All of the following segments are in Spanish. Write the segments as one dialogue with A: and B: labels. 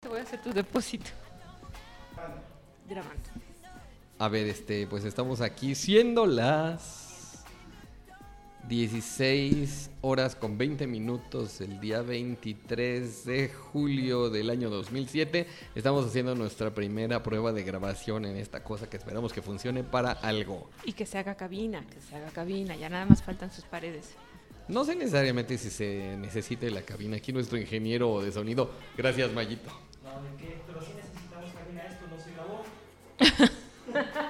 A: Te voy a hacer tu depósito. Grabando.
B: A ver, este, pues estamos aquí siendo las 16 horas con 20 minutos el día 23 de julio del año 2007. Estamos haciendo nuestra primera prueba de grabación en esta cosa que esperamos que funcione para algo.
A: Y que se haga cabina, que se haga cabina. Ya nada más faltan sus paredes.
B: No sé necesariamente si se necesite la cabina. Aquí nuestro ingeniero de sonido. Gracias, Mayito.
C: No, ¿de qué? Pero sí necesitamos cabina, esto no se grabó.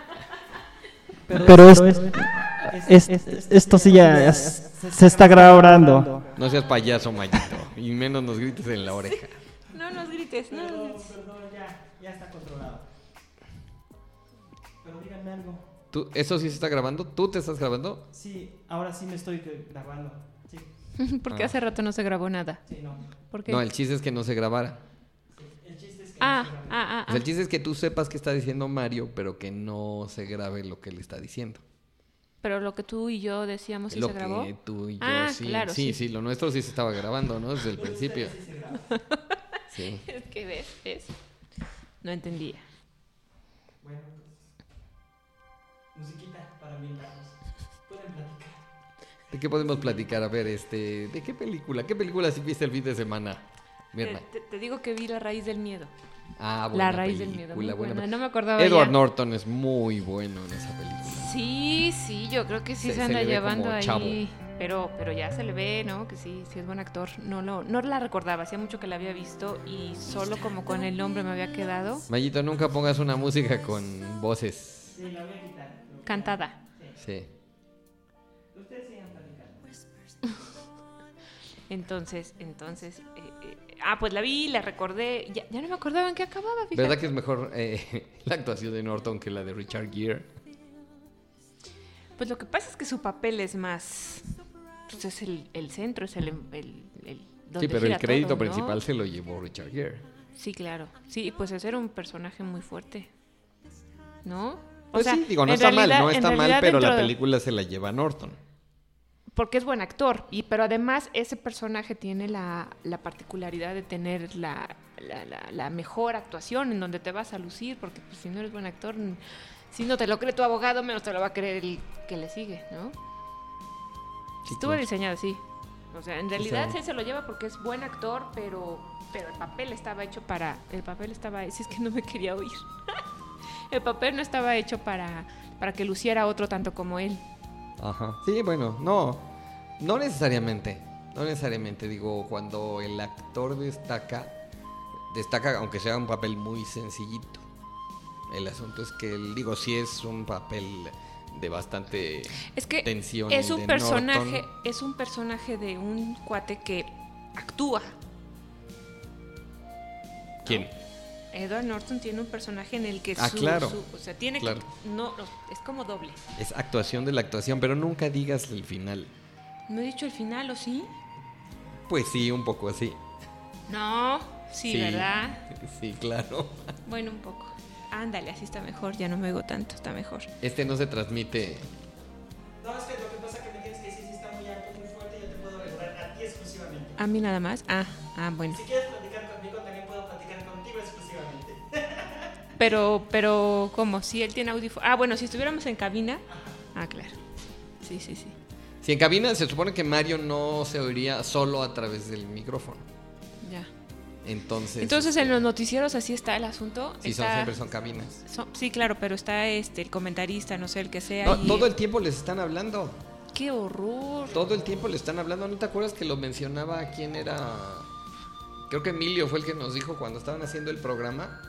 D: Pero, es- es- es- esto sí ya es- se está grabando.
B: No seas payaso, Mayito. Y menos nos grites en la oreja.
A: No nos grites, no nos
C: Perdón,
A: grites.
C: perdón, ya, ya está controlado. Pero díganme algo.
B: ¿Tú, ¿Eso sí se está grabando? ¿Tú te estás grabando?
C: Sí, ahora sí me estoy eh, grabando. Sí,
A: Porque
B: Ah.
A: hace rato no se grabó nada.
C: sí, no.
A: Porque...
B: No, el chiste es que no se grabara.
C: El chiste es que
A: Ah,
C: no se grabó.
A: ah, ah,
B: O sea, Pues el chiste es que tú sepas qué está diciendo Mario, pero que no se grabe lo que le está diciendo.
A: ah. Pero lo que tú y yo decíamos sí
B: lo
A: se grabó.
B: que tú y yo
A: Ah,
B: sí.
A: claro,
B: sí,
A: sí.
B: sí, lo nuestro sí se estaba grabando, ¿no? Desde el
C: Pero
B: principio.
C: ustedes sí se graban.
B: Sí.
A: Es que ves, ves. No entendía.
C: Bueno, pues. Musiquita para ambientarnos. Pueden platicar.
B: ¿De qué podemos platicar? A ver, este, ¿de qué película? ¿Qué película sí viste el fin de semana?
A: Te,
B: Mirna.
A: te- te digo que vi la raíz del miedo.
B: Ah, buena
A: Eh, La raíz del
B: película,
A: miedo. muy
B: buena
A: buena.
B: pe-
A: No me acordaba.
B: Edward
A: ya.
B: Norton es muy bueno en esa película.
A: Sí, sí, yo creo que sí se,
B: Se- se
A: anda
B: le ve
A: llevando
B: como
A: ahí.
B: chavo.
A: Pero, pero ya se le ve, ¿no? Que sí, sí es buen actor. No lo, no la recordaba, hacía mucho que la había visto y solo como con el nombre me había quedado.
B: Mayito, nunca pongas una música con voces.
C: Sí, la voy a quitar. pero-
A: Cantada.
B: Sí.
C: Ustedes sigan platicando.
A: Entonces, entonces. eh, eh, ah, pues la vi, la recordé. Ya, ya no me acordaba en qué acababa, fíjate.
B: ¿Verdad que es mejor eh, la actuación de Norton que la de Richard Gere?
A: Pues lo que pasa es que su papel es más. Pues es el, el centro, es el. el- el- donde
B: Sí, pero el
A: gira
B: crédito
A: todo, ¿no?
B: principal se lo llevó Richard Gere.
A: Sí, claro. Sí, pues ese era un personaje muy fuerte. ¿No? O
B: Pues
A: sea,
B: sí, digo, no
A: en
B: está
A: realidad-
B: mal, no
A: en
B: está mal,
A: realidad
B: pero la
A: dentro de-
B: película se la lleva Norton.
A: Porque es buen actor, y pero además ese personaje tiene la, la particularidad de tener la, la- la- la mejor actuación en donde te vas a lucir, porque pues, si no eres buen actor, n- si no te lo cree tu abogado, menos te lo va a creer el que le sigue, ¿no?
B: Sí,
A: Estuvo
B: claro.
A: diseñado así. O sea, en realidad
B: Sí.
A: sí se lo lleva porque es buen actor, pero, pero el papel estaba hecho para. El papel estaba. Si es que no me quería oír. el papel no estaba hecho para, para que luciera otro tanto como él.
B: Ajá. Sí, bueno, no, no necesariamente, no necesariamente. Digo, cuando el actor destaca, destaca aunque sea un papel muy sencillito. El asunto es que, él, digo, sí es un papel de bastante...
A: Es que
B: tensión,
A: Eh, es
B: el
A: un
B: de
A: personaje,
B: Norton.
A: es un personaje de un cuate que actúa.
B: ¿Quién?
A: Edward Norton tiene un personaje en el que
B: Ah,
A: su,
B: claro.
A: su- o sea, tiene
B: Claro.
A: que no, no, es como doble.
B: Es actuación de la actuación, pero nunca digas el final.
A: ¿No he dicho el final o sí?
B: Pues sí, un poco así.
A: No, sí, ¿verdad?
B: Sí, claro.
A: Bueno, un poco. Ándale, así está mejor, ya no me oigo tanto, está mejor.
B: Este no se transmite.
C: No, es que lo que pasa es que me tienes que decir si está muy alto, muy fuerte, yo te puedo ayudar a ti exclusivamente.
A: A mí nada más. Ah, ah, bueno.
C: Si quieres platicar conmigo, también puedo platicar contigo exclusivamente.
A: Pero, pero, ¿cómo? Si él tiene audífonos. Ah, bueno, si estuviéramos en cabina. Ah, claro. Sí, sí, sí.
B: Si en cabina se supone que Mario no se oiría solo a través del micrófono.
A: Ya.
B: Entonces.
A: Entonces
B: este,
A: en los noticieros así está el asunto.
B: sí, son,
A: Está-
B: siempre son cabinas.
A: son- sí, claro, pero está este el comentarista, no sé el que sea.
B: No,
A: y-
B: todo el tiempo les están hablando.
A: Qué horror.
B: Todo el tiempo le están hablando. ¿No te acuerdas que lo mencionaba quién era? Creo que Emilio fue el que nos dijo cuando estaban haciendo el programa,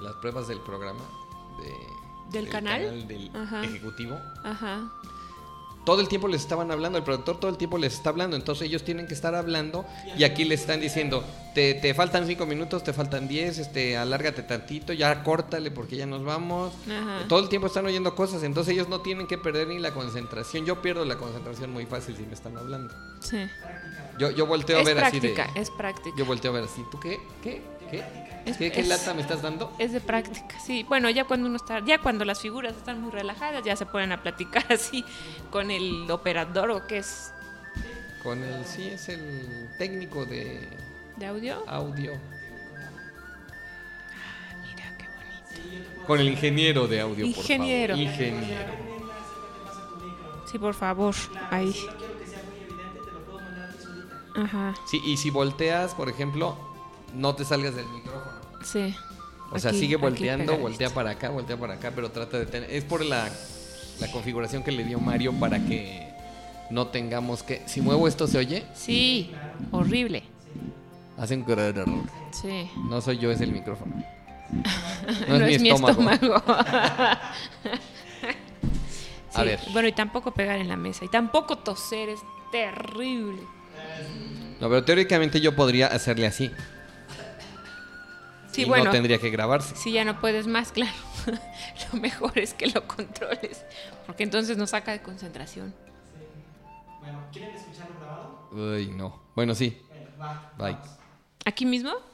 B: las pruebas del programa de-
A: ¿Del canal?
B: del
A: Ajá.
B: ejecutivo.
A: Ajá.
B: Todo el tiempo les estaban hablando, el productor todo el tiempo les está hablando, entonces ellos tienen que estar hablando y aquí les están diciendo, te, te faltan cinco minutos, te faltan 10, este, alárgate tantito, ya córtale porque ya nos vamos.
A: Ajá.
B: Todo el tiempo están oyendo cosas, entonces ellos no tienen que perder ni la concentración. Yo pierdo la concentración muy fácil si me están hablando.
A: Sí.
B: Yo, yo volteo a
A: Es
B: ver
A: práctica,
B: así de...
A: es práctica.
B: Yo volteo a ver así, ¿tú qué? ¿Qué? ¿Qué?
A: Es-
B: ¿Qué, qué
A: es-
B: lata me estás dando?
A: Es de práctica, sí. Bueno, ya cuando uno está, ya cuando las figuras están muy relajadas, ya se ponen a platicar así con el operador o que es
B: Con el... Sí, es el técnico de
A: de audio.
B: audio. Ah. Con el ingeniero de audio,
A: Ingeniero.
B: por favor. Ingeniero.
A: Sí, por favor. Ahí.
C: No quiero que sea muy evidente, te lo puedo mandar a ti solita.
A: Ajá.
B: Sí, y si volteas, por ejemplo, no te salgas del micrófono.
A: Sí.
B: O sea,
A: Aquí-
B: sigue
A: aquí
B: volteando,
A: pegadito.
B: voltea para acá, voltea para acá, pero trata de tener... Es por la, la configuración que le dio Mario para que no tengamos que... Si muevo esto, ¿se oye?
A: Sí, horrible.
B: Hace un gran error.
A: Sí.
B: No soy yo, es el micrófono.
A: No, es, mi estómago.
B: A
A: Sí,
B: ver.
A: Bueno, y tampoco pegar en la mesa. Y tampoco toser es terrible.
B: No, pero teóricamente yo podría hacerle así.
A: Sí,
B: y
A: bueno.
B: no tendría que grabarse.
A: Si ya no puedes más, claro. lo mejor es que lo controles. Porque entonces nos saca de concentración.
C: ¿Quieren escucharlo grabado?
B: Uy, no. Bueno, sí.
C: Bueno, va.
B: Bye.
A: ¿Aquí mismo?